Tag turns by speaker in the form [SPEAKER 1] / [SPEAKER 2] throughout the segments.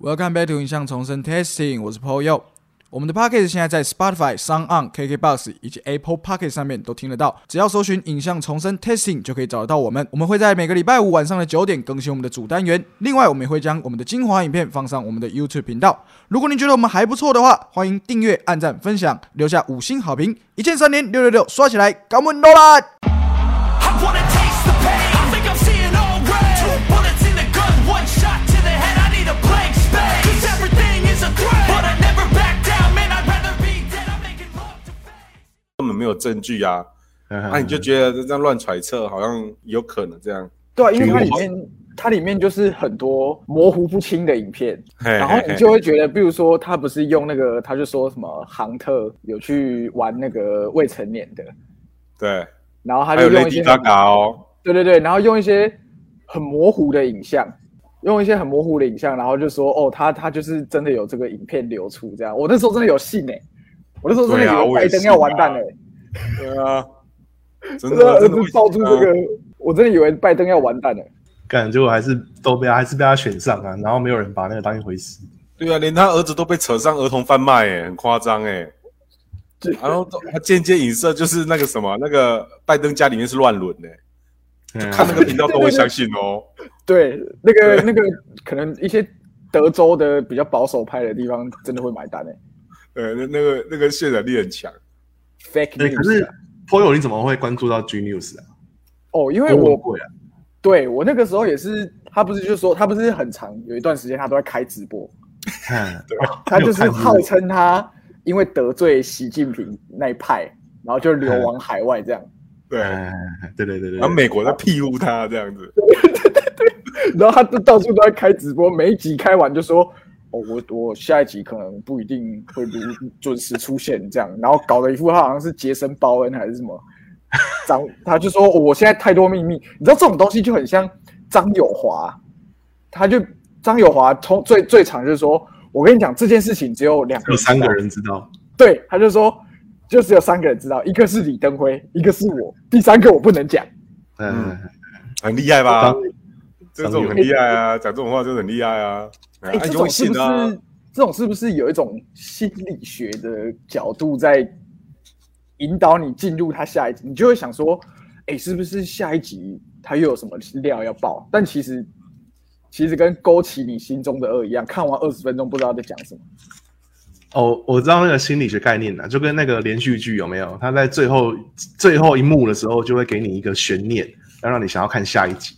[SPEAKER 1] Welcome back to 影像重生 Testing，我是 Paul Yo。我们的 p o c k e t 现在在 Spotify、s o n On、KKBox 以及 Apple p o c k e t 上面都听得到，只要搜寻“影像重生 Testing” 就可以找得到我们。我们会在每个礼拜五晚上的九点更新我们的主单元，另外我们也会将我们的精华影片放上我们的 YouTube 频道。如果您觉得我们还不错的话，欢迎订阅、按赞、分享，留下五星好评，一键三连六六六刷起来，感恩多啦！
[SPEAKER 2] I wanna taste the pain. I think I'm seeing all red. Two bullets in the gun, one shot to the head. I need a blank space. Cause everything is a threat. But I never back down, man. I'd rather be dead. I'm making love to fame.
[SPEAKER 3] 根本没有证据啊，那、
[SPEAKER 4] 啊
[SPEAKER 3] 你就觉得这样乱揣测，好像有可能这样。
[SPEAKER 5] 对啊，因为它
[SPEAKER 3] 苹
[SPEAKER 5] 里
[SPEAKER 3] 果
[SPEAKER 5] 面它里面就是很多模糊不清的影片，
[SPEAKER 3] 嘿
[SPEAKER 5] 然后你就会觉得，比如说他不是用那个，他就说什么杭特有去玩那个未成年的，
[SPEAKER 3] 对，
[SPEAKER 5] 然后他
[SPEAKER 3] 还
[SPEAKER 5] 就
[SPEAKER 3] 有
[SPEAKER 5] 用一
[SPEAKER 3] Lady
[SPEAKER 5] 些
[SPEAKER 3] Gaga 哦，
[SPEAKER 5] 对对对，然后用一些很模糊的影像，用一些很模糊的影像，然后就说哦，他他就是真的有这个影片流出这样。我那时候真的有信哎、我那时候真的
[SPEAKER 3] 对啊
[SPEAKER 5] 以为
[SPEAKER 3] 我也
[SPEAKER 5] 拜登要完蛋了、
[SPEAKER 3] 信对啊，真
[SPEAKER 5] 真的
[SPEAKER 3] 的
[SPEAKER 5] 儿
[SPEAKER 3] 真的会呃
[SPEAKER 5] 子爆出这个，
[SPEAKER 3] 嗯
[SPEAKER 5] 我真的以为拜登要完蛋了。
[SPEAKER 4] 感觉我还是都被他还是被他选上啊，然后没有人把那个当一回事。
[SPEAKER 3] 对啊，连他儿子都被扯上儿童贩卖、欸，很夸张哎。
[SPEAKER 5] 对
[SPEAKER 3] 然后都他间接影射就是那个什么，那个拜登家里面是乱伦哎，
[SPEAKER 4] 嗯
[SPEAKER 3] 看那个频道都会相信哦。
[SPEAKER 5] 对，那个那个可能一些德州的比较保守派的地方真的会买单哎、
[SPEAKER 3] 对，那那个那个渲染力很强。
[SPEAKER 5] Fake
[SPEAKER 4] 对，可
[SPEAKER 5] news
[SPEAKER 4] 是
[SPEAKER 5] 啊
[SPEAKER 4] Poyo 你怎么会关注到 G News 啊？
[SPEAKER 5] 哦，因为
[SPEAKER 4] 我
[SPEAKER 5] 我
[SPEAKER 4] 问过呀，
[SPEAKER 5] 对我那个时候也是，他不是就说他不是很长有一段时间他都在开直播，
[SPEAKER 4] 看
[SPEAKER 5] 他就是号
[SPEAKER 4] 好
[SPEAKER 5] 称他因为得罪习近平那一派，然后就流亡海外这样。
[SPEAKER 3] 对，
[SPEAKER 4] 哎，对对对对，
[SPEAKER 3] 然后美国在庇护他这样子。
[SPEAKER 5] 然后他就到处都在开直播，每一集开完就说：“哦，我我下一集可能不一定会如准时出现这样。”然后搞得一副他好像是杰森鲍恩还是什么张，他就说、哦我现在太多秘密。你知道这种东西就很像张友华，他就张友华通最最常就是说：“我跟你讲这件事情只有两个
[SPEAKER 4] 有
[SPEAKER 5] 人
[SPEAKER 4] 三
[SPEAKER 5] 知
[SPEAKER 4] 个
[SPEAKER 5] 道
[SPEAKER 4] 人知道，
[SPEAKER 5] 对，他就说，就只有三个人知道，一个是李登辉，一个是我，第三个我不能讲。
[SPEAKER 4] 嗯，
[SPEAKER 3] 很厉害吧
[SPEAKER 4] 张？
[SPEAKER 3] 这种很厉害啊，讲这种话就很厉害啊。哎
[SPEAKER 5] 哎、
[SPEAKER 3] 啊
[SPEAKER 5] 这
[SPEAKER 3] 你就会
[SPEAKER 5] 种是
[SPEAKER 3] 信
[SPEAKER 5] 不是、
[SPEAKER 3] 啊，
[SPEAKER 5] 这种是不是有一种心理学的角度在引导你进入他下一集？你就会想说，哎、是不是下一集他又有什么料要爆？但其实其实跟勾起你心中的恶一样，看完二十分钟不知道在讲什么。
[SPEAKER 4] 哦，我知道那个心理学概念啊，就跟那个连续剧有没有？他在最后最后一幕的时候，就会给你一个悬念，要让你想要看下一集。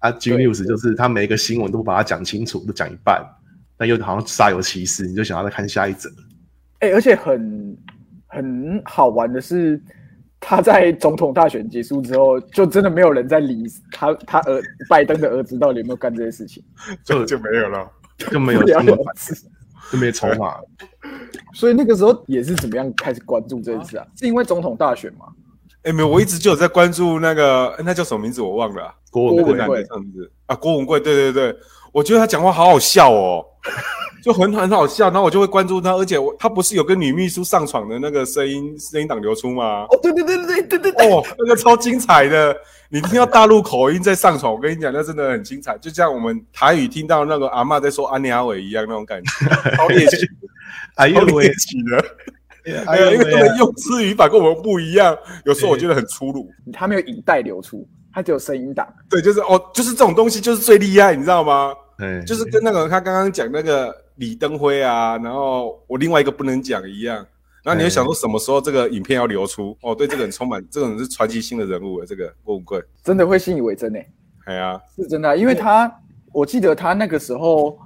[SPEAKER 4] 啊，G
[SPEAKER 5] 对
[SPEAKER 4] News 就是他每一个新闻都不把它讲清楚，都讲一半，但又好像煞有其事，你就想要再看下一则。
[SPEAKER 5] 哎、而且很很好玩的是，他在总统大选结束之后，就真的没有人在理他他儿拜登的儿子到底有没有干这些事情，
[SPEAKER 3] 就就没有了。
[SPEAKER 4] 就没有
[SPEAKER 5] 不了
[SPEAKER 4] 新闻
[SPEAKER 5] 了
[SPEAKER 4] 版，
[SPEAKER 5] 之。
[SPEAKER 4] 就没有筹 码。
[SPEAKER 5] 所以那个时候也是怎么样开始关注这件事啊？是因为总统大选吗？
[SPEAKER 3] 哎、没有，我一直就有在关注那个，哎那叫什么名字我忘了、啊，
[SPEAKER 4] 郭
[SPEAKER 3] 那个
[SPEAKER 4] 文贵
[SPEAKER 3] 男
[SPEAKER 5] 郭文
[SPEAKER 3] 的
[SPEAKER 5] 贵
[SPEAKER 3] 这样子啊，郭文贵，对对对，我觉得他讲话好好笑哦，就很很好笑，然后我就会关注他，而且我他不是有跟女秘书上床的那个声音声音档流出吗？
[SPEAKER 5] 哦，对对对对对对对，
[SPEAKER 3] 哦，那个超精彩的，你听到大陆口音在上床，我跟你讲，那真的很精彩，就像我们台语听到那个阿嬷在说安妮阿伟一样那种感 觉，超猎奇，
[SPEAKER 4] 哎呦
[SPEAKER 3] 超猎
[SPEAKER 4] 喂，
[SPEAKER 3] 奇的，
[SPEAKER 4] 哎
[SPEAKER 3] 哎
[SPEAKER 4] 呦
[SPEAKER 3] 呀，因为他
[SPEAKER 4] 喂
[SPEAKER 3] 们用词语法跟我们不一样，有时候我觉得很粗鲁。
[SPEAKER 5] 他没有影带流出，他只有声音档。
[SPEAKER 3] 对，就是哦，就是这种东西就是最厉害，你知道吗？
[SPEAKER 4] 哎，
[SPEAKER 3] 就是跟那个他刚刚讲那个李登辉啊，然后我另外一个不能讲一样。然后你会想说什么时候这个影片要流出？哦，对，这个人充满，这个人是传奇性的人物了，这个郭文贵，
[SPEAKER 5] 真的会信以为真呢、欸
[SPEAKER 3] 哎呀，
[SPEAKER 5] 是真的啊、因为他我记得他那个时候，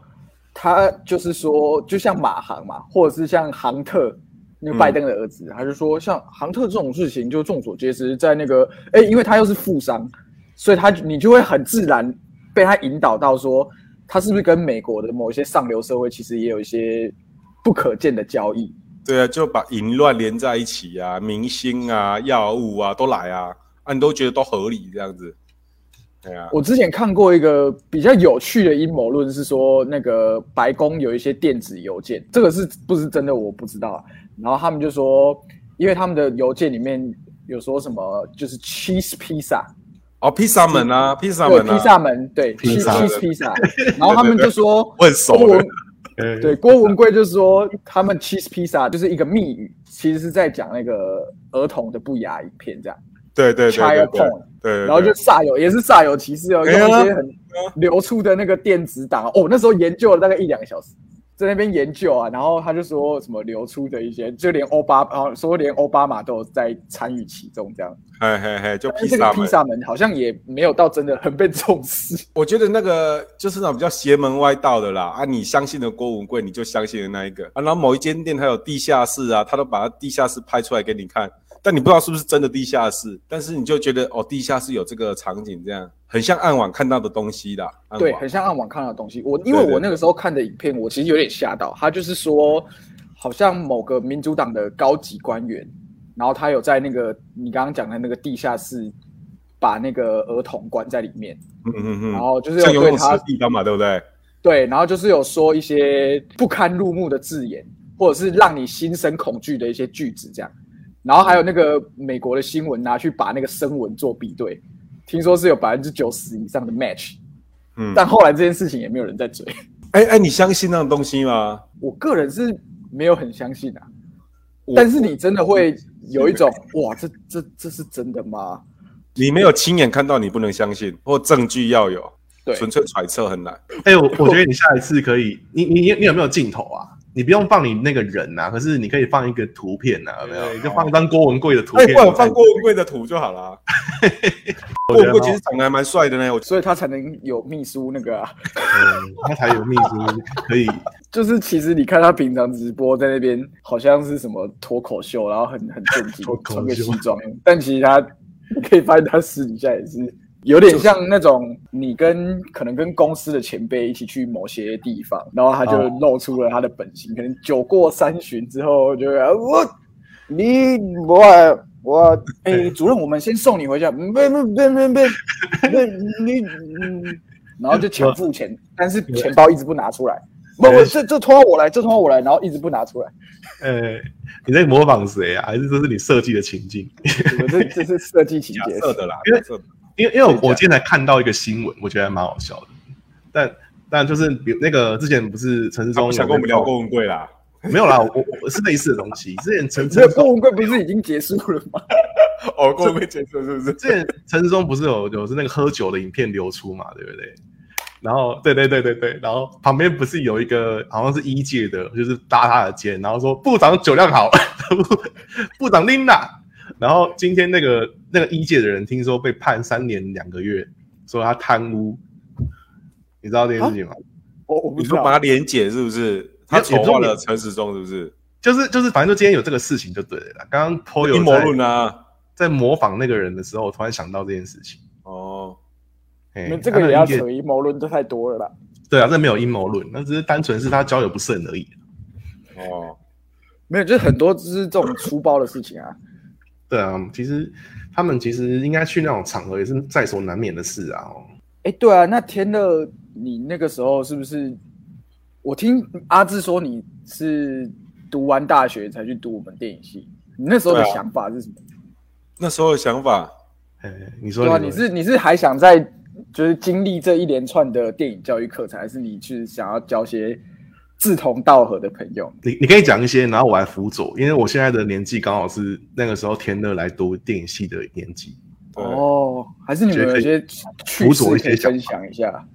[SPEAKER 5] 他就是说，就像马航嘛，或者是像航特，那个拜登的儿子，他就说，像航特这种事情就众所皆知，在那个，哎、因为他又是富商，所以他你就会很自然被他引导到说，他是不是跟美国的某一些上流社会其实也有一些不可见的交易？
[SPEAKER 3] 对啊，就把淫乱连在一起啊，明星啊、药物啊都来啊，啊，你都觉得都合理这样子，哎呀，
[SPEAKER 5] 我之前看过一个比较有趣的阴谋论，是说那个白宫有一些电子邮件，这个是不是真的我不知道啊。然后他们就说，因为他们的邮件里面有说什么就是 cheese pizza，
[SPEAKER 3] 哦，披萨门啊，披萨
[SPEAKER 5] 对
[SPEAKER 3] 门
[SPEAKER 5] 披
[SPEAKER 3] 啊，
[SPEAKER 5] 萨门，对
[SPEAKER 4] 披萨
[SPEAKER 5] cheese 披萨， 然后他们就说
[SPEAKER 3] 我很熟
[SPEAKER 5] 郭
[SPEAKER 3] 的
[SPEAKER 4] 哎
[SPEAKER 5] 文。对，郭文贵就说他们 cheese pizza 就是一个密语，其实是在讲那个儿童的不雅影片这样，
[SPEAKER 3] 对对对对
[SPEAKER 5] Child
[SPEAKER 3] 对
[SPEAKER 5] porn
[SPEAKER 3] 对，对
[SPEAKER 5] 然后就煞有也是煞有其事哦，
[SPEAKER 3] 哎
[SPEAKER 5] 用
[SPEAKER 3] 呀
[SPEAKER 5] 一些很流出的那个电子档哦，那时候研究了大概一两个小时。在那边研究啊，然后他就说什么流出的一些，就连奥巴，然后说连奥巴马都有在参与其中，这样。
[SPEAKER 3] 嘿嘿嘿，就
[SPEAKER 5] 但
[SPEAKER 3] 披
[SPEAKER 5] 是这
[SPEAKER 3] 萨
[SPEAKER 5] 个披
[SPEAKER 3] 门。
[SPEAKER 5] 萨门好像也没有到真的很被重视。
[SPEAKER 3] 我觉得那个就是那种比较邪门歪道的啦啊，你相信的郭文贵，你就相信的那一个啊。然后某一间店还有地下室啊，他都把它地下室拍出来给你看，但你不知道是不是真的地下室，但是你就觉得哦，地下室有这个场景，这样很像暗网看到的东西啦。暗
[SPEAKER 5] 对，
[SPEAKER 3] 网
[SPEAKER 5] 很像暗网看到的东西。我
[SPEAKER 3] 对
[SPEAKER 5] 因为
[SPEAKER 3] 对
[SPEAKER 5] 我那个时候看的影片，我其实有点吓到。他就是说，好像某个民主党的高级官员，然后他有在那个你刚刚讲的那个地下室，把那个儿童关在里面，
[SPEAKER 3] 嗯嗯嗯，
[SPEAKER 5] 然后就是
[SPEAKER 3] 像
[SPEAKER 5] 有
[SPEAKER 3] 游
[SPEAKER 5] 对
[SPEAKER 3] 泳池
[SPEAKER 5] 他
[SPEAKER 3] 的地方嘛，对不对？
[SPEAKER 5] 对，然后就是有说一些不堪入目的字眼，或者是让你心生恐惧的一些句子，这样。然后还有那个美国的新闻拿去把那个声纹做比对，听说是有百分之九十以上的 match，
[SPEAKER 3] 嗯，
[SPEAKER 5] 但后来这件事情也没有人在追。
[SPEAKER 3] 哎哎，你相信那种东西吗？
[SPEAKER 5] 我个人是没有很相信啊，
[SPEAKER 3] 我
[SPEAKER 5] 但是你真的会有一种哇，这这这是真的吗？
[SPEAKER 3] 你没有亲眼看到，你不能相信，或证据要有，
[SPEAKER 5] 对，
[SPEAKER 3] 纯粹揣测很难。
[SPEAKER 4] 哎、我我觉得你下一次可以，你你你你有没有镜头啊？你不用放你那个人呐、啊，可是你可以放一个图片呐、啊，有没有？
[SPEAKER 3] 对
[SPEAKER 4] 你就放一张郭文贵的图
[SPEAKER 3] 哎，
[SPEAKER 4] 片。
[SPEAKER 3] 不然放郭文贵的图就好了。郭
[SPEAKER 4] 我觉
[SPEAKER 3] 文
[SPEAKER 4] 得
[SPEAKER 3] 贵其实长得还蛮帅的呢，我
[SPEAKER 5] 所以他才能有秘书那个、啊，
[SPEAKER 4] 嗯，他才有秘书可以。
[SPEAKER 5] 就是其实你看他平常直播在那边好像是什么脱口秀，然后很很正经
[SPEAKER 4] 脱，口秀
[SPEAKER 5] 穿个西装，但其实他你可以发现他私底下也是。有点像那种你跟可能跟公司的前辈一起去某些地方，然后他就
[SPEAKER 4] 哦
[SPEAKER 5] 露出了他的本性，可能酒过三巡之后就会啊我你我我哎、主任，我们先送你回家。嗯别别别别别，别你嗯，然后就强付钱，但是钱包一直不拿出来。不不，这这拖我来，这拖我来，然后一直不拿出来。
[SPEAKER 4] 呃、你在模仿谁啊？还是这是你设计的情境？
[SPEAKER 5] 我这这是设计情
[SPEAKER 3] 假
[SPEAKER 5] 节，
[SPEAKER 3] 设的啦，
[SPEAKER 4] 因为
[SPEAKER 3] 假设的
[SPEAKER 4] 因为因为我我今天才看到一个新闻，我觉得还蛮好笑的。但但就是比那个之前不是陈世
[SPEAKER 3] 他
[SPEAKER 4] 忠
[SPEAKER 3] 不
[SPEAKER 4] 有
[SPEAKER 3] 想跟啊我们聊
[SPEAKER 4] 那个
[SPEAKER 3] 郭文贵啦。
[SPEAKER 4] 没有啦，我我是类似的东西。之前陈
[SPEAKER 5] 这
[SPEAKER 4] 陈
[SPEAKER 5] 郭文贵不是已经结束了吗？
[SPEAKER 3] 哦，郭文贵接受是不是？
[SPEAKER 4] 之前陈世忠不是有有是那个喝酒的影片流出嘛，对不对？然后对对对对对，然后旁边不是有一个好像是一届的，就是搭他的肩，然后说部长酒量好，部 长拎啦。然后今天那个那个一届的人听说被判三年两个月，说他贪污，你知道这件事情吗？
[SPEAKER 3] 啊
[SPEAKER 5] 我我不
[SPEAKER 3] 你
[SPEAKER 5] 知
[SPEAKER 3] 说
[SPEAKER 5] 道
[SPEAKER 3] 把。他连结是不是？他丑化了陈时中是不是？
[SPEAKER 4] 就是就是，反正就今天有这个事情就对了啦。刚刚 PO
[SPEAKER 3] 阴
[SPEAKER 4] 有
[SPEAKER 3] 谋
[SPEAKER 4] 在
[SPEAKER 3] 论啊！
[SPEAKER 4] 在模仿那个人的时候，我突然想到这件事情。
[SPEAKER 3] 哦，
[SPEAKER 4] 哎
[SPEAKER 5] 你们这个
[SPEAKER 4] 他
[SPEAKER 5] 也
[SPEAKER 4] 的
[SPEAKER 5] 要
[SPEAKER 4] 意见
[SPEAKER 5] 扯阴谋论，这太多了啦。
[SPEAKER 4] 对啊，这没有阴谋论，那只是单纯是他交友不慎而已。
[SPEAKER 3] 哦，
[SPEAKER 5] 没有，就是很多就是这种粗暴的事情啊。
[SPEAKER 4] 对啊，其实他们其实应该去那种场合也是在所难免的事啊、哦。
[SPEAKER 5] 哎，对啊，那天乐，你那个时候是不是？我听阿志说你是读完大学才去读我们电影系，你那时候的
[SPEAKER 3] 对啊
[SPEAKER 5] 想法是什么？
[SPEAKER 3] 那时候的想法，
[SPEAKER 4] 哎，你说
[SPEAKER 5] 对啊，
[SPEAKER 4] 你
[SPEAKER 5] 你是你是还想在就是经历这一连串的电影教育课程，还是你去想要交些志同道合的朋友？
[SPEAKER 4] 你你可以讲一些，然后我来辅佐，因为我现在的年纪刚好是那个时候天乐来读电影系的年纪。
[SPEAKER 3] 对，
[SPEAKER 5] 哦，还是你们有一些趣
[SPEAKER 4] 辅
[SPEAKER 5] 事
[SPEAKER 4] 佐一
[SPEAKER 5] 可
[SPEAKER 4] 些
[SPEAKER 5] 以
[SPEAKER 4] 想
[SPEAKER 5] 分享一下？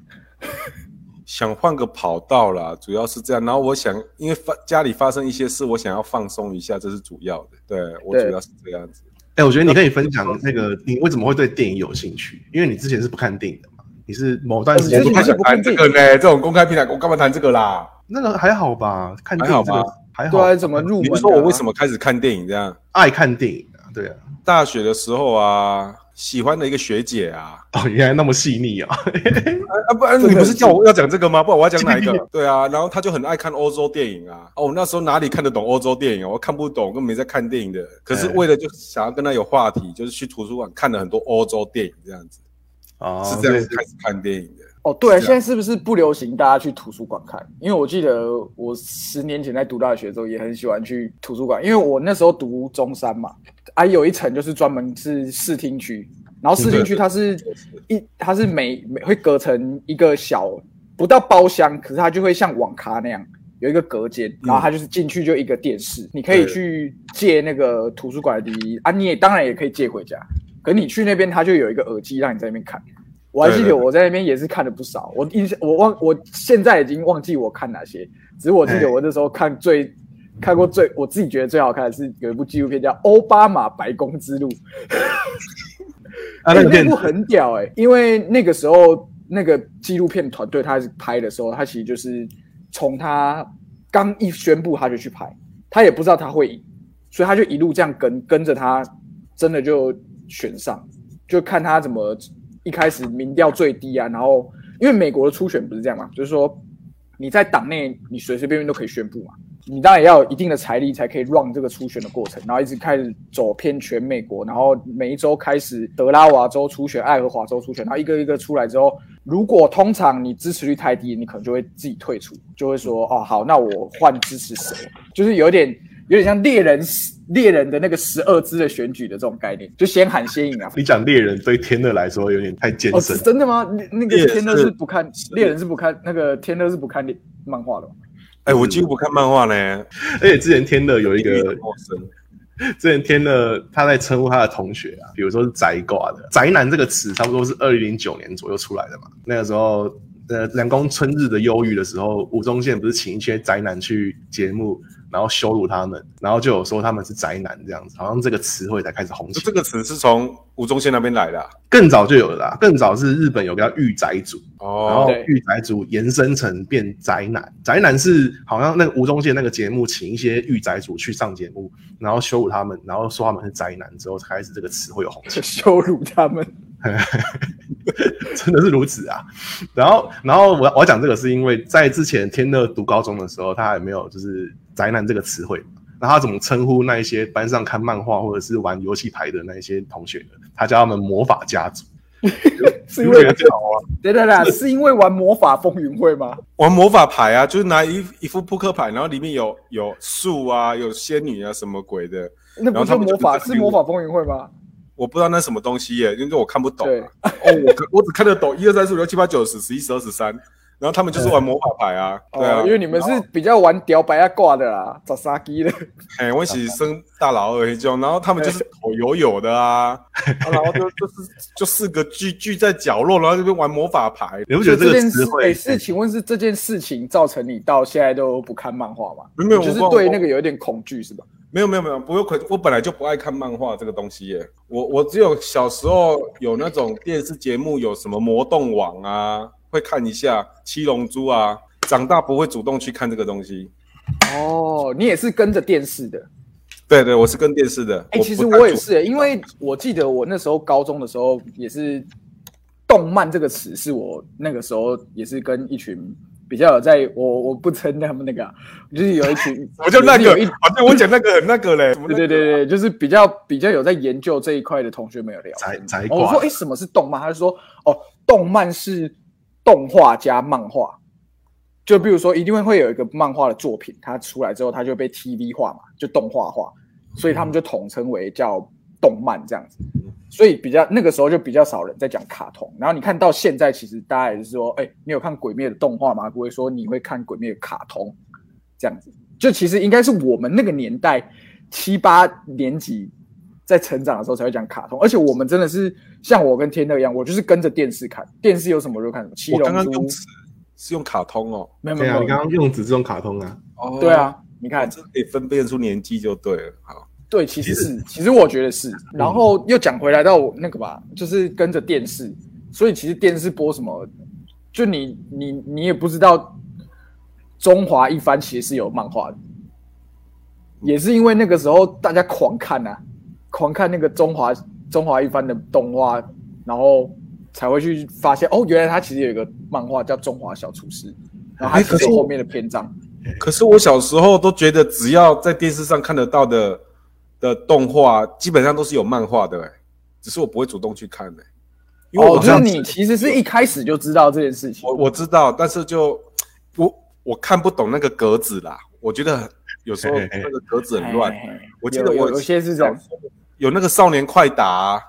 [SPEAKER 3] 想换个跑道啦，主要是这样。然后我想，因为发家里发生一些事，我想要放松一下，这是主要的。对我
[SPEAKER 5] 对
[SPEAKER 3] 主要是这样子。
[SPEAKER 4] 哎，我觉得你可以分享那个你为什么会对电影有兴趣，因为你之前是不看电影的嘛，你是某段时间
[SPEAKER 5] 哎
[SPEAKER 4] 不
[SPEAKER 5] 你
[SPEAKER 3] 不
[SPEAKER 5] 之
[SPEAKER 4] 看
[SPEAKER 5] 前
[SPEAKER 3] 想谈这个呢，这种公开平台，我干嘛谈这个啦？
[SPEAKER 4] 那个还好吧？看电
[SPEAKER 3] 还
[SPEAKER 4] 影这个
[SPEAKER 3] 好吧
[SPEAKER 4] 还好，
[SPEAKER 5] 对啊，怎么入
[SPEAKER 3] 你
[SPEAKER 5] 门、
[SPEAKER 3] 是
[SPEAKER 5] 啊？
[SPEAKER 3] 说我为什么开始看电影这样？
[SPEAKER 4] 爱看电影啊？对啊，
[SPEAKER 3] 大学的时候啊，喜欢的一个学姐啊，
[SPEAKER 4] 哦，原来那么细腻啊！
[SPEAKER 3] 啊，不然
[SPEAKER 5] 真的
[SPEAKER 3] 你不
[SPEAKER 5] 很
[SPEAKER 3] 是叫我要讲这个吗？不然我要讲哪一个？对啊，然后他就很爱看欧洲电影啊。哦，我那时候哪里看得懂欧洲电影啊？我看不懂，我根本没在看电影的。可是
[SPEAKER 4] 哎
[SPEAKER 3] 为了就想要跟他有话题，就是去图书馆看了很多欧洲电影，这样子
[SPEAKER 4] 哦，
[SPEAKER 3] 是这样
[SPEAKER 4] 对
[SPEAKER 3] 子开始看电影的。
[SPEAKER 5] 哦，对啊，
[SPEAKER 3] 是
[SPEAKER 5] 现
[SPEAKER 3] 这
[SPEAKER 5] 在是不是不流行大家去图书馆看？因为我记得我十年前在读大学的时候也很喜欢去图书馆，因为我那时候读中山嘛，啊，有一层就是专门是视听区，然后市进区它是一，它是每每会隔成一个小不到包厢，可是它就会像网咖那样有一个隔间，
[SPEAKER 3] 嗯
[SPEAKER 5] 然后它就是进去就一个电视，你可以去借那个图书馆的 DVD 啊，你也当然也可以借回家，可你去那边它就有一个耳机让你在那边看。我还
[SPEAKER 3] 对
[SPEAKER 5] 记得
[SPEAKER 3] 对对
[SPEAKER 5] 我在那边也是看了不少，我印象我忘我现在已经忘记我看哪些，只是我记
[SPEAKER 4] 哎
[SPEAKER 5] 得我那时候看最看过最我自己觉得最好看的是有一部纪录片叫《奥巴马白宫之路》，
[SPEAKER 4] 啊，那
[SPEAKER 5] 欸
[SPEAKER 4] 个
[SPEAKER 5] 那
[SPEAKER 4] 片
[SPEAKER 5] 部很屌哎、因为那个时候那个纪录片团队他拍的时候，他其实就是从他刚一宣布他就去拍，他也不知道他会赢，所以他就一路这样跟跟着他，真的就选上，就看他怎么一开始民调最低啊，然后因为美国的初选不是这样嘛，就是说你在党内你随随便便都可以宣布嘛，你当然也要有一定的财力才可以 run 这个初选的过程，然后一直开始走遍全美国，然后每一周开始德拉瓦州初选、爱荷华州初选，然啊后一个一个出来之后，如果通常你支持率太低，你可能就会自己退出，就会说哦好，那我换支持谁，就是有点有点像猎人猎人的那个十二支的选举的这种概念，就先喊先赢啊。
[SPEAKER 4] 你讲猎人对天乐来说有点太艰
[SPEAKER 5] 哦，
[SPEAKER 4] 深
[SPEAKER 5] 是，真的吗？那那
[SPEAKER 3] 猎
[SPEAKER 5] 个
[SPEAKER 3] 人
[SPEAKER 5] 天乐
[SPEAKER 3] 是
[SPEAKER 5] 是不看猎人是不看那个天乐是不看漫 画的吗？
[SPEAKER 3] 哎，我几乎不看漫画呢，
[SPEAKER 4] 而且之前天乐有一
[SPEAKER 3] 一个
[SPEAKER 4] 个
[SPEAKER 3] 很陌生。
[SPEAKER 4] 之前天乐他在称呼他的同学啊，比如说是宅挂的“宅男”这个词，差不多是二零零九年左右出来的嘛。那个时候，呃，南宫春日的忧郁的时候，吴宗宪不是请一些宅男去节目，然后羞辱他们，然后就有说他们是宅男这样子，好像这个词汇才开始红
[SPEAKER 3] 那
[SPEAKER 4] 起
[SPEAKER 3] 这
[SPEAKER 4] 来。
[SPEAKER 3] 个词是从吴宗宪那边来的啊。
[SPEAKER 4] 更早就有了啦，更早是日本有个叫御宅族，然后
[SPEAKER 3] 哦，
[SPEAKER 5] 对
[SPEAKER 4] 御宅族延伸成变宅男，宅男是好像那个吴宗宪那个节目，请一些御宅族去上节目，然后羞辱他们，然后说他们是宅男之后，才开始这个词汇有红 起
[SPEAKER 5] 羞辱他 们。
[SPEAKER 4] 来，真的是如此啊。然后，然后我要我要讲这个是因为在之前天乐读高中的时候，他还没有就是宅男这个词汇，那他怎么称呼那一些班上看漫画或者是玩游戏牌的那一些同学呢？他叫他们魔法家族，
[SPEAKER 5] 是因为
[SPEAKER 4] 你不觉得好啊
[SPEAKER 5] 等等等，是因为玩魔法风云会吗？
[SPEAKER 3] 玩魔法牌啊，就是拿一一副扑克牌，然后里面有有树啊，有仙女啊，什么鬼的，
[SPEAKER 5] 那
[SPEAKER 3] 然后
[SPEAKER 5] 不
[SPEAKER 3] 他
[SPEAKER 5] 是
[SPEAKER 3] 们
[SPEAKER 5] 魔法，
[SPEAKER 3] 就是
[SPEAKER 5] 魔法风云会吗？
[SPEAKER 3] 我不知道那什么东西耶，因为我看不懂
[SPEAKER 5] 对
[SPEAKER 3] 啊、哦，我可我只看得懂一二三四五六七八九十十一十二十三，然后他们就是玩魔法牌啊，对啊，
[SPEAKER 5] 哦，因为你们是比较玩屌白啊挂的啦，找杀鸡的。
[SPEAKER 3] 哎、我一起生大佬而已，就然后他 们就是口油油的啊， 啊然后就就是就四个聚聚在角落，然后这边玩魔法牌，
[SPEAKER 4] 你不觉得这个
[SPEAKER 5] 件
[SPEAKER 4] 词
[SPEAKER 5] 事，
[SPEAKER 4] 汇
[SPEAKER 5] 哎，是请问是这件事情造成你到现在都不看漫画吗？
[SPEAKER 3] 没有没有
[SPEAKER 5] 你就是
[SPEAKER 3] 我
[SPEAKER 5] 对那个有点恐惧是吧？
[SPEAKER 3] 没有没有没有，不用可我本来就不爱看漫画这个东西耶，我我只有小时候有那种电视节目，有什么魔动网啊，会看一下七龙珠啊，长大不会主动去看这个东西。
[SPEAKER 5] 哦，你也是跟着电视的。
[SPEAKER 3] 对对，我是跟电视的。
[SPEAKER 5] 哎、
[SPEAKER 3] 不
[SPEAKER 5] 其实
[SPEAKER 3] 看
[SPEAKER 5] 我也
[SPEAKER 3] 主
[SPEAKER 5] 是、因为我记得我那时候高中的时候也是“动漫”这个词，是我那个时候也是跟一群比较有在我我不称他们那个啊、就是有一群
[SPEAKER 3] ，我就那
[SPEAKER 5] 也是
[SPEAKER 3] 个啊
[SPEAKER 5] 有一，
[SPEAKER 3] 好像我讲那个很那个嘞。
[SPEAKER 5] 对对对对，就是比较比较有在研究这一块的同学们有聊。
[SPEAKER 4] 宅宅
[SPEAKER 5] 哦、我
[SPEAKER 4] 挂
[SPEAKER 5] 说哎、什么是动漫？他就说哦，动漫是动画加漫画。就比如说，一定会会有一个漫画的作品，它出来之后，它就被 TV 化嘛，就动画化，所以他们就统称为叫动漫这样子。所以比较那个时候就比较少人在讲卡通。然后你看到现在，其实大家也是说，哎、你有看《鬼灭》的动画吗？不会说你会看《鬼灭》的卡通这样子。就其实应该是我们那个年代七八年级在成长的时候才会讲卡通，而且我们真的是像我跟天乐一样，我就是跟着电视看，电视有什么我就看什么。七
[SPEAKER 3] 我刚刚
[SPEAKER 5] 龙珠
[SPEAKER 3] 用词是用卡通哦。
[SPEAKER 5] 没有没
[SPEAKER 4] 对
[SPEAKER 5] 有
[SPEAKER 4] 啊，你
[SPEAKER 5] 没有
[SPEAKER 4] 刚，刚用纸这种卡通啊，
[SPEAKER 3] 哦
[SPEAKER 5] 对，啊，你看
[SPEAKER 3] 这可以分辨出年纪就对了。好，
[SPEAKER 5] 对，其实是，其实我觉得
[SPEAKER 3] 嗯
[SPEAKER 5] 是。然后又讲回来到我那个吧，就是跟着电视，所以其实电视播什么，就你你你也不知道，中华一番其实是有漫画的，
[SPEAKER 3] 嗯
[SPEAKER 5] 也是因为那个时候大家狂看啊，狂看那个中华中华一番的动画，然后才会去发现哦，原来它其实有一个漫画叫《中华小厨师》，然后它
[SPEAKER 3] 哎
[SPEAKER 5] 只
[SPEAKER 3] 可是
[SPEAKER 5] 有
[SPEAKER 3] 我
[SPEAKER 5] 后面的篇章。
[SPEAKER 3] 可是我小时候都觉得，只要在电视上看得到的的动画，基本上都是有漫画的、欸，只是我不会主动去看哎、因为
[SPEAKER 5] 哦，
[SPEAKER 3] 我
[SPEAKER 5] 就
[SPEAKER 3] 这
[SPEAKER 5] 是
[SPEAKER 3] 样
[SPEAKER 5] 你其实是一开始就知道这件事情。
[SPEAKER 3] 我我知道，但是就我我看不懂那个格子啦，我觉得很有时候
[SPEAKER 4] 嘿嘿嘿
[SPEAKER 3] 那个格子很乱。
[SPEAKER 5] 哎
[SPEAKER 3] 我记得
[SPEAKER 5] 有
[SPEAKER 3] 我
[SPEAKER 5] 有有些是这种，
[SPEAKER 3] 有那个少年快打啊、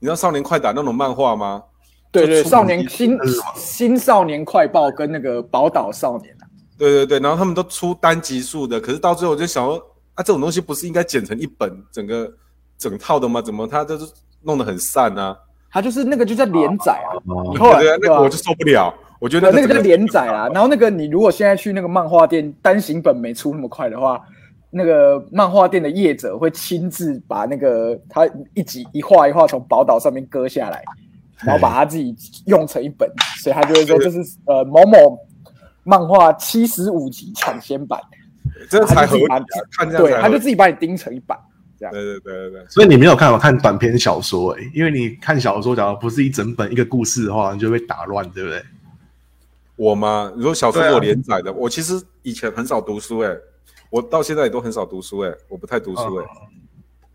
[SPEAKER 3] 你知道《少年快打》那种漫画吗？
[SPEAKER 5] 对对，
[SPEAKER 3] 就出
[SPEAKER 5] 少年
[SPEAKER 3] 一
[SPEAKER 5] 新
[SPEAKER 4] 是吗
[SPEAKER 5] 新少年快报跟那个宝岛少年啊，
[SPEAKER 3] 对对对，然后他们都出单集数的，可是到最后我就想说，啊，这种东西不是应该剪成一本整个整套的吗？怎么他就是弄得很散啊？
[SPEAKER 5] 他就是那个就叫连载啊，
[SPEAKER 4] 哦
[SPEAKER 5] 你后来
[SPEAKER 3] 对啊，那
[SPEAKER 5] 吧
[SPEAKER 3] 个我就受不了，我觉得
[SPEAKER 5] 对，
[SPEAKER 3] 个
[SPEAKER 5] 那个
[SPEAKER 3] 整
[SPEAKER 5] 叫连载啊。然后那个你如果现在去那个漫画店，单行本没出那么快的话，那个漫画店的业者会亲自把那个他一集一画一画从宝岛上面割下来，然后把他自己用成一本，所以他就会说这是呃某某漫画七十五集抢先版，
[SPEAKER 3] 这才
[SPEAKER 5] 他
[SPEAKER 3] 合
[SPEAKER 5] 就自己
[SPEAKER 3] 理
[SPEAKER 5] 把
[SPEAKER 3] 啊
[SPEAKER 5] 你，
[SPEAKER 3] 看这样
[SPEAKER 5] 对，
[SPEAKER 3] 才
[SPEAKER 5] 他
[SPEAKER 3] 合理
[SPEAKER 5] 就自己把你钉成一版。
[SPEAKER 3] 对对对对对。
[SPEAKER 4] 所以你没有看我看短篇小说诶、因为你看小说，假如不是一整本一个故事的话，你就会被打乱，对不对？
[SPEAKER 3] 我吗？你说小说
[SPEAKER 4] 对啊
[SPEAKER 3] 我连载的，我其实以前很少读书哎、我到现在也都很少读书哎、我不太读书哎、
[SPEAKER 4] 哦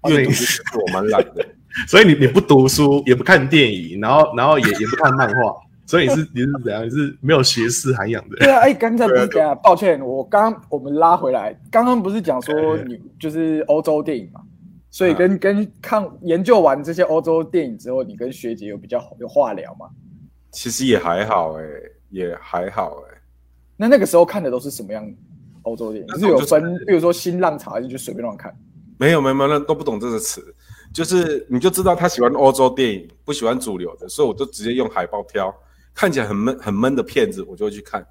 [SPEAKER 3] 阅
[SPEAKER 4] 对
[SPEAKER 3] 读是我蛮懒的，
[SPEAKER 4] 所以你你不读书，也不看电影，然后然 后也也不看漫画，所以你是你是怎样？你是没有学识涵养的
[SPEAKER 5] 对 啊，哎，刚才不
[SPEAKER 3] 对啊
[SPEAKER 5] 是
[SPEAKER 3] 对
[SPEAKER 5] 讲，抱歉，我刚刚我们拉回来，刚刚不是讲说
[SPEAKER 3] 哎
[SPEAKER 5] 你就是欧洲电影嘛，所以
[SPEAKER 3] 嗯
[SPEAKER 5] 跟、跟看研究完这些欧洲电影之后，你跟学姐有比较有话聊嘛？
[SPEAKER 3] 其实也还好哎、也还好哎、
[SPEAKER 5] 那那个时候看的都是什么样欧洲电影？就是有分，比如说新浪潮，还是就随便乱看？
[SPEAKER 3] 没有没有没有，那都不懂这个词，就是你就知道他喜欢欧洲电影，不喜欢主流的，所以我就直接用海报挑，看起来很闷很闷的片子，我就会去看。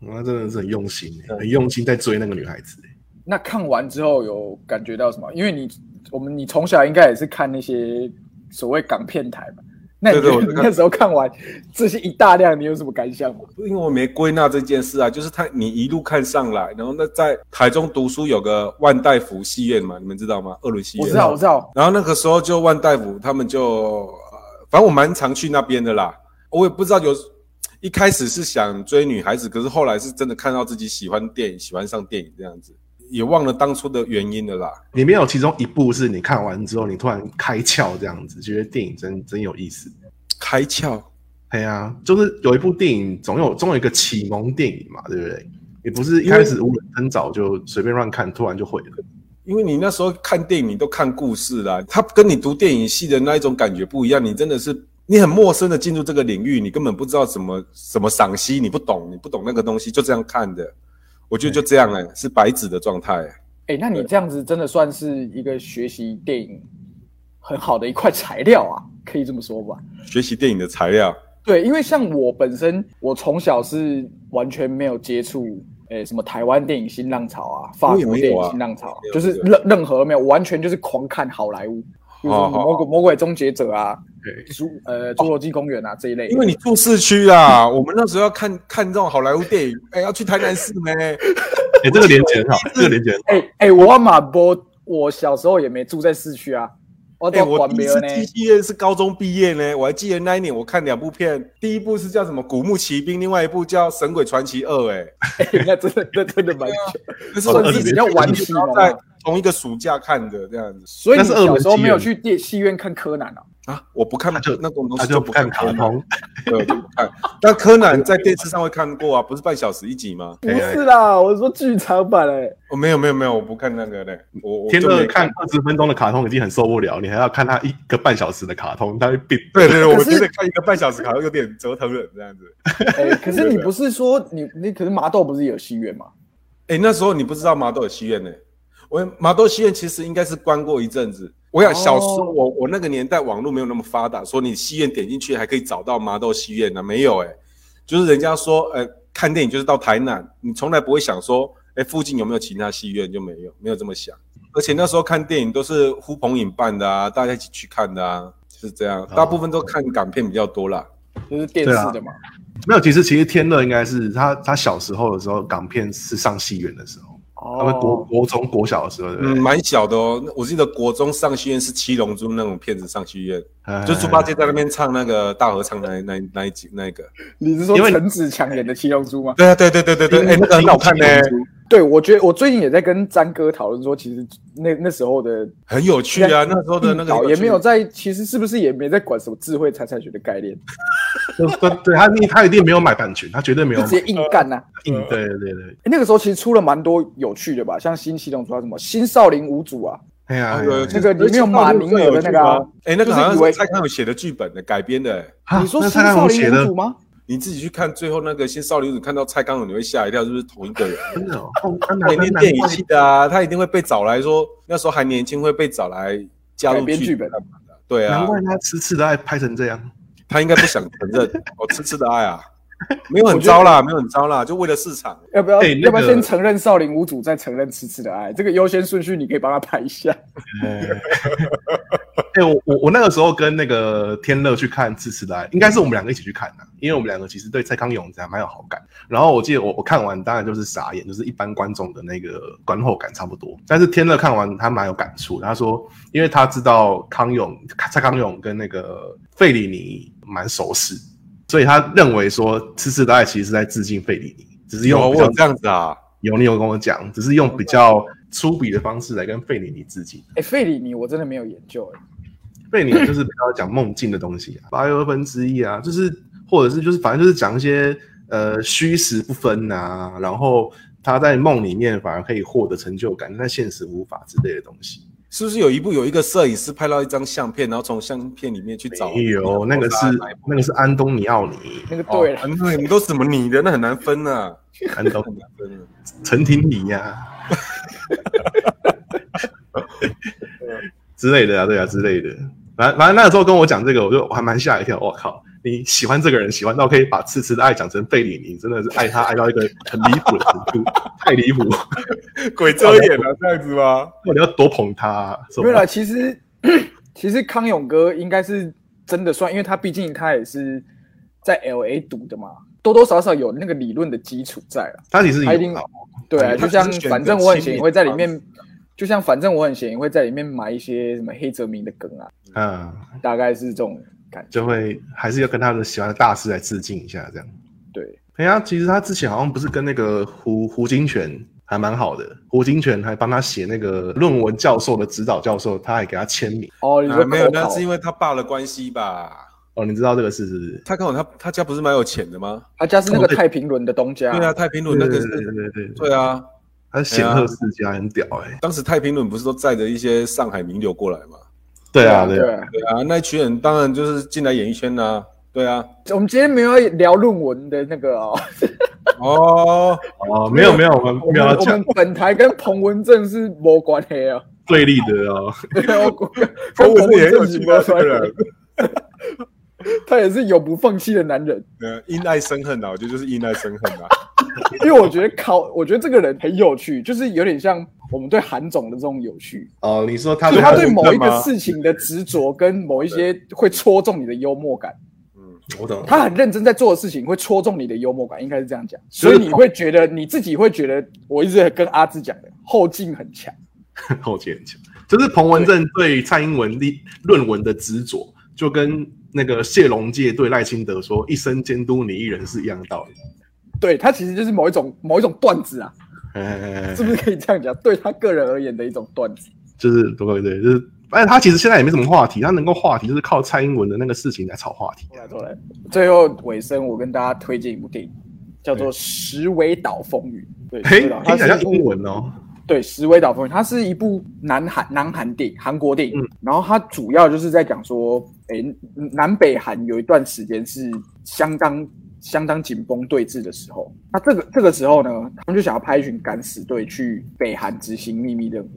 [SPEAKER 4] 我那真的是很用心、
[SPEAKER 3] 嗯
[SPEAKER 4] 欸，很用心在追那个女孩子、欸。
[SPEAKER 5] 那看完之后有感觉到什么？因为你我们你从小应该也是看那些所谓港片台嘛，那你
[SPEAKER 3] 对对
[SPEAKER 5] 觉得
[SPEAKER 3] 我是
[SPEAKER 5] 你
[SPEAKER 3] 看
[SPEAKER 5] 那时候看完这些一大量，你有什么感想吗？
[SPEAKER 3] 因为我没归纳这件事啊，就是他你一路看上来，然后那在台中读书有个万代福戏院嘛，你们知道吗？二轮戏
[SPEAKER 5] 我
[SPEAKER 3] 院。
[SPEAKER 5] 知道，我知道，
[SPEAKER 3] 然后那个时候就万大夫他们就，呃反正我蛮常去那边的啦。我也不知道有，一开始是想追女孩子，可是后来是真的看到自己喜欢电影，喜欢上电影这样子，也忘了当初的原因了啦。
[SPEAKER 4] 里面有其中一部是你看完之后，你突然开窍，这样子觉得电影真真有意思。
[SPEAKER 3] 开窍，
[SPEAKER 4] 哎呀、就是有一部电影，总有总有一个启蒙电影嘛，对不对？也不是一开始无人登早就随便乱看，突然就会了。
[SPEAKER 3] 因为你那时候看电影，你都看故事啦，它跟你读电影系的那一种感觉不一样。你真的是你很陌生的进入这个领域，你根本不知道怎么怎么赏析，你不懂，你不懂那个东西，就这样看的。我觉得就这样哎、是白纸的状态、欸。
[SPEAKER 5] 哎、那你这样子真的算是一个学习电影很好的一块材料啊，可以这么说吧？
[SPEAKER 3] 学习电影的材料。
[SPEAKER 5] 对，因为像我本身，我从小是完全没有接触，诶、什么台湾电影新浪潮啊，
[SPEAKER 3] 我
[SPEAKER 5] 法国
[SPEAKER 3] 也没
[SPEAKER 5] 电
[SPEAKER 3] 有
[SPEAKER 5] 影
[SPEAKER 3] 啊
[SPEAKER 5] 新浪潮啊，
[SPEAKER 3] 没有
[SPEAKER 5] 就是
[SPEAKER 3] 对
[SPEAKER 5] 任任何没有，我完全就是狂看好莱坞，比如说
[SPEAKER 3] 好
[SPEAKER 5] 什
[SPEAKER 3] 好
[SPEAKER 5] 么魔鬼魔鬼终结者啊，
[SPEAKER 4] 对，
[SPEAKER 5] 侏呃侏罗纪公园啊这一类的。
[SPEAKER 3] 因为你住市区啦，我们那时候要看看这种好莱坞电影，哎、要去台南市呢。
[SPEAKER 4] 哎、这个连接很好，这个连接很好。
[SPEAKER 5] 哎哎、欸我马波，我小时候也没住在市区啊，我
[SPEAKER 3] 哎、
[SPEAKER 5] 到
[SPEAKER 3] 我
[SPEAKER 5] 关
[SPEAKER 3] 第一
[SPEAKER 5] 边
[SPEAKER 3] 次
[SPEAKER 5] 呢。
[SPEAKER 3] 进戏院是高中毕业呢，我还记得那一年我看两部片，第一部是叫什么《古墓奇兵》，另外一部叫《神鬼传奇二》，哎，
[SPEAKER 5] 欸 那真的那真的蛮久，
[SPEAKER 3] 那啊是我
[SPEAKER 5] 算是比较晚期了
[SPEAKER 3] 在
[SPEAKER 5] 嘛。
[SPEAKER 3] 同一个暑假看的这样子
[SPEAKER 5] 所以你
[SPEAKER 4] 但是二
[SPEAKER 5] 小
[SPEAKER 4] 轮
[SPEAKER 5] 时候
[SPEAKER 4] 机
[SPEAKER 5] 没有
[SPEAKER 4] 人
[SPEAKER 5] 去电戏院看柯南啊？
[SPEAKER 3] 啊。我不看
[SPEAKER 4] 他就
[SPEAKER 3] 那种东
[SPEAKER 4] 他
[SPEAKER 3] 西，
[SPEAKER 4] 就不
[SPEAKER 3] 不
[SPEAKER 4] 看
[SPEAKER 3] 看
[SPEAKER 4] 卡
[SPEAKER 3] 柯南，
[SPEAKER 4] 通，
[SPEAKER 3] 对，我就不看。 但柯南在电视上会看过啊，不是半小时一集
[SPEAKER 4] 哎
[SPEAKER 3] 吗？
[SPEAKER 5] 不是啦，我说剧场版哎、
[SPEAKER 3] 哦，没有没有没有，我不看那个嘞，我我
[SPEAKER 4] 天
[SPEAKER 3] 就没
[SPEAKER 4] 乐看二十分钟的卡通已经很受不了，你还要看他一个半小时的卡通，他会病。
[SPEAKER 3] 对对对，我
[SPEAKER 5] 可是
[SPEAKER 3] 觉得看一个半小时好像有点折腾人这样子。
[SPEAKER 5] 哎、可是你不是说你你可是麻豆不是有戏院吗？
[SPEAKER 3] 哎、那时候你不知道麻豆有戏院呢、我麻豆戏院其实应该是关过一阵子。我想小时候
[SPEAKER 5] 哦
[SPEAKER 3] 我、我那个年代网络没有那么发达，说你戏院点进去还可以找到麻豆戏院呢、没有哎、就是人家说呃看电影就是到台南，你从来不会想说哎、附近有没有其他戏院就没有，没有这么想。而且那时候看电影都是呼朋引伴的啊，大家一起去看的啊，就是这样。大部分都看港片比较多啦。
[SPEAKER 5] 就是电视
[SPEAKER 4] 啊
[SPEAKER 5] 的嘛。
[SPEAKER 4] 没有，其实其实天乐应该是他他小时候的时候，港片是上戏院的时候，他们国
[SPEAKER 5] 哦，
[SPEAKER 4] 国中国小的时候，对
[SPEAKER 3] 嗯，
[SPEAKER 4] 不对？
[SPEAKER 3] 蛮小的哦。那我记得国中上戏院是《七龙珠》那种片子上戏院，
[SPEAKER 4] 哎
[SPEAKER 3] 就猪八戒在那边唱那个大合唱那那那一集那一个。
[SPEAKER 5] 你是说
[SPEAKER 4] 因为
[SPEAKER 5] 陈子强演的《七龙珠》吗？
[SPEAKER 3] 对啊，对对对对对，哎、那个很好看呢、
[SPEAKER 5] 对，我觉得我最近也在跟詹哥讨论说，其实那那时候的
[SPEAKER 3] 很有趣啊。那时候的那个
[SPEAKER 5] 导
[SPEAKER 3] 很
[SPEAKER 5] 嗯也
[SPEAKER 3] 趣
[SPEAKER 5] 没有在，其实是不是也没在管什么智慧财产学的概念，
[SPEAKER 4] 对对对，他一他一定没有买版权，他绝对没
[SPEAKER 5] 就
[SPEAKER 4] 有
[SPEAKER 5] 直
[SPEAKER 4] 买
[SPEAKER 5] 接硬干呐、啊
[SPEAKER 4] 硬，对对对对，
[SPEAKER 5] 哎那个时候其实出了蛮多有趣的吧，像新七龙珠啊，什么新少林五祖啊，
[SPEAKER 4] 哎呀，哎
[SPEAKER 3] 那个
[SPEAKER 4] 呀哎
[SPEAKER 5] 那
[SPEAKER 4] 呀
[SPEAKER 5] 个里面有马明尔的那个啊，
[SPEAKER 3] 哎，那个好像
[SPEAKER 5] 就是以为
[SPEAKER 3] 是蔡康永写的剧本的改编的、哎
[SPEAKER 4] 啊
[SPEAKER 5] 你说
[SPEAKER 4] 那
[SPEAKER 5] 新
[SPEAKER 4] 蔡康
[SPEAKER 5] 少
[SPEAKER 4] 永
[SPEAKER 5] 林
[SPEAKER 4] 写
[SPEAKER 5] 五
[SPEAKER 4] 的
[SPEAKER 5] 祖吗？
[SPEAKER 3] 你自己去看最后那个《新少林寺》，看到蔡康永你会吓一跳，是不是同一个人？
[SPEAKER 4] 真的 哦，哦啊
[SPEAKER 3] 他
[SPEAKER 4] 难
[SPEAKER 3] 一定
[SPEAKER 4] 难
[SPEAKER 3] 电影
[SPEAKER 4] 怪
[SPEAKER 3] 系的啊，他一定会被找来说，那时候还年轻会被找来加入
[SPEAKER 5] 改编剧本
[SPEAKER 3] 干嘛的？对啊
[SPEAKER 4] 难，怪他痴痴的爱拍成这样。
[SPEAKER 3] 他应该不想承 认，我痴痴的爱啊，没有很糟啦，没有很糟啦，就为了市场。
[SPEAKER 5] 要不要、
[SPEAKER 4] 哎那个
[SPEAKER 5] 要不要先承认少林五祖，再承认痴痴的爱？这个优先顺序你可以帮他排一下。
[SPEAKER 4] 哎， 哎我我我那个时候跟那个天乐去看《痴痴的爱》，应该是我们两个一起去看的、啊因为我们两个其实对蔡康永还蛮有好感。然后我记得我我看完，当然就是傻眼，就是一般观众的那个观后感差不多。但是天乐看完他蛮有感触，他说，因为他知道康永蔡康永跟那个费里尼蛮熟识，所以他认为说《痴痴的爱》其实是在致敬费里尼，只是用
[SPEAKER 3] 有
[SPEAKER 4] 比
[SPEAKER 3] 我
[SPEAKER 4] 较
[SPEAKER 3] 有这样子啊，
[SPEAKER 4] 有你有跟我讲，只是用比
[SPEAKER 3] 哦
[SPEAKER 4] 较粗鄙的方式来跟费里尼致敬。
[SPEAKER 5] 哎、费里尼我真的没有研究、哎
[SPEAKER 4] 贝 宁就是比较讲梦境的东西啊，八又二分之一啊，就是或者是就是反正就是讲一些呃虚实不分啊，然后他在梦里面反而可以获得成就感，但在现实无法之类的东西。
[SPEAKER 3] 是不是有一部有一个摄影师拍到一张相片，然后从相片里面去找？
[SPEAKER 4] 没有，那个是那个是安东尼 奥尼，
[SPEAKER 5] 那个对了，
[SPEAKER 3] 啊，那你们都什么你的，那很难分呐、
[SPEAKER 4] 安东
[SPEAKER 3] 很难分啊。
[SPEAKER 4] 陈廷礼呀、 之类的啊，对啊之类的。反反正那时候跟我讲这个，我就我还蛮吓一跳。我靠，你喜欢这个人，喜欢到可以把痴痴的爱讲成贝里尼，真的是爱他爱到一个很离谱的程 度，太离谱！到
[SPEAKER 3] 鬼遮眼啊，这样子吗？
[SPEAKER 4] 底要多捧他、啊？是吧
[SPEAKER 5] 没有啦，其实 其实康永哥应该是真的算，因为他毕竟他也是在 L A 读的嘛，多多少少有那个理论的基础在了。
[SPEAKER 4] 他其实
[SPEAKER 5] 他一定
[SPEAKER 4] 有
[SPEAKER 5] 对啊，
[SPEAKER 3] 哎他只
[SPEAKER 5] 就
[SPEAKER 3] 是
[SPEAKER 5] 像
[SPEAKER 3] 选择
[SPEAKER 5] 反正我很
[SPEAKER 3] 亲
[SPEAKER 5] 闲
[SPEAKER 3] 密
[SPEAKER 5] 会在里
[SPEAKER 3] 方
[SPEAKER 5] 面，就像反正我很闲会在里面埋一些什么黑泽明的梗啊，
[SPEAKER 4] 嗯，
[SPEAKER 5] 大概是这种感觉。
[SPEAKER 4] 就会还是要跟他的喜欢的大师来致敬一下，这样。
[SPEAKER 5] 对，
[SPEAKER 4] 哎呀，其实他之前好像不是跟那个胡胡金铨还蛮好的，胡金铨还帮他写那个论文教授的指导教授，他还给他签名。
[SPEAKER 5] 哦，你说
[SPEAKER 3] 啊、没有，
[SPEAKER 5] 口
[SPEAKER 3] 那
[SPEAKER 5] 考
[SPEAKER 3] 是因为他爸的关系吧？
[SPEAKER 4] 哦，你知道这个事是不是？
[SPEAKER 3] 他刚好他他家不是蛮有钱的吗？
[SPEAKER 5] 他家是啊那
[SPEAKER 4] 哦
[SPEAKER 5] 个
[SPEAKER 4] 对
[SPEAKER 5] 太平轮的东家，
[SPEAKER 3] 对啊，，太平轮那个
[SPEAKER 4] 对对
[SPEAKER 3] 是，
[SPEAKER 4] 对对对，
[SPEAKER 3] 对啊，
[SPEAKER 4] 他是显赫世家，很屌哎、
[SPEAKER 3] 当时太平轮不是都载着一些上海名流过来嘛？
[SPEAKER 4] 对啊，对啊，
[SPEAKER 5] 对啊。
[SPEAKER 3] 对啊，那一群人当然就是进来演艺圈啦、对啊，
[SPEAKER 5] 我们今天没有要聊论文的那个哦，
[SPEAKER 3] 哦，
[SPEAKER 4] 哦，没有没有，我们
[SPEAKER 5] 我
[SPEAKER 4] 没有
[SPEAKER 5] 们
[SPEAKER 4] 要
[SPEAKER 5] 我
[SPEAKER 4] 讲
[SPEAKER 5] 们本台跟彭文正是没关系啊，
[SPEAKER 4] 对立的哦，
[SPEAKER 5] 我跟
[SPEAKER 3] 我
[SPEAKER 5] 彭文
[SPEAKER 3] 也有
[SPEAKER 5] 正是
[SPEAKER 3] 其
[SPEAKER 5] 没
[SPEAKER 3] 他
[SPEAKER 5] 关系
[SPEAKER 3] 人，，
[SPEAKER 5] 他也是永不放弃的男人。
[SPEAKER 3] 呃，因爱生恨啊，我觉得就是因爱生恨啊。
[SPEAKER 5] 因为我觉得考，我觉得这个人很有趣，就是有点像我们对韩总的这种有趣，
[SPEAKER 4] 哦，你说他
[SPEAKER 5] 就是他对
[SPEAKER 3] 韩
[SPEAKER 5] 某
[SPEAKER 3] 总
[SPEAKER 5] 一个
[SPEAKER 3] 干嘛
[SPEAKER 5] 事情的执着，跟某一些会戳中你的幽默感。
[SPEAKER 3] 嗯
[SPEAKER 4] 我懂，
[SPEAKER 5] 他很认真在做的事情，会戳中你的幽默感，应该是这样讲。
[SPEAKER 4] 就
[SPEAKER 5] 所
[SPEAKER 4] 是
[SPEAKER 5] 以你会觉得你自己会觉得，我一直跟阿志讲的后劲很强。
[SPEAKER 4] 后接很强，就是彭文正对蔡英文立论文的执着，就跟那个谢龙介对赖清德说“一生监督你一人”是一样的道理。
[SPEAKER 5] 对他其实就是某一种某一种段子啊，
[SPEAKER 4] 哎
[SPEAKER 5] 是不是可以这样讲？对他个人而言的一种段子。
[SPEAKER 4] 就是对对对，就是，而且他其实现在也没什么话题，他能够话题就是靠蔡英文的那个事情来炒话题。
[SPEAKER 5] 后来后来，最后尾声，我跟大家推荐一部电影，叫做《石尾岛风云》。对，
[SPEAKER 4] 嘿，
[SPEAKER 5] 石尾岛
[SPEAKER 4] 听起来
[SPEAKER 5] 它
[SPEAKER 4] 像
[SPEAKER 5] 是一部
[SPEAKER 4] 英文哦，
[SPEAKER 5] 对，《石尾岛风云》它是一部南韩南韩电影，韩国电影。
[SPEAKER 4] 嗯
[SPEAKER 5] 然后它主要就是在讲说，诶，南北韩有一段时间是相当相当紧绷对峙的时候。那这个这个时候呢，他们就想要派一群敢死队去北韩执行秘密任务。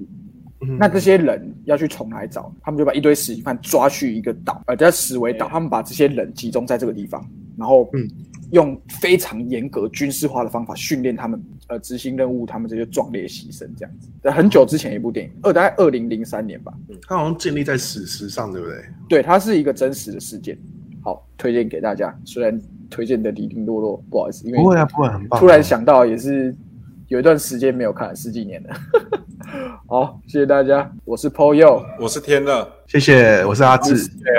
[SPEAKER 4] 嗯
[SPEAKER 5] 那这些人要去从哪里找？他们就把一堆死刑犯抓去一个岛，呃，叫石尾岛。他们把这些人集中在这个地方，然后
[SPEAKER 4] 嗯
[SPEAKER 5] 用非常严格军事化的方法训练他们，呃，执行任务，他们这些壮烈牺牲这样子。在很久之前一部电影，二大概二零零三年吧，
[SPEAKER 4] 他好像建立在史实上，对不对？
[SPEAKER 5] 对，它是一个真实的事件。好，推荐给大家。虽然推荐的零零落落，不好意思，因为
[SPEAKER 4] 不会啊，不会，很棒。
[SPEAKER 5] 突然，想到也是有一段时间没有看了，十几年了。 好，谢谢大家，我是 Paul Yo。
[SPEAKER 3] 我是天乐，
[SPEAKER 4] 谢谢，我是阿志。
[SPEAKER 3] 对，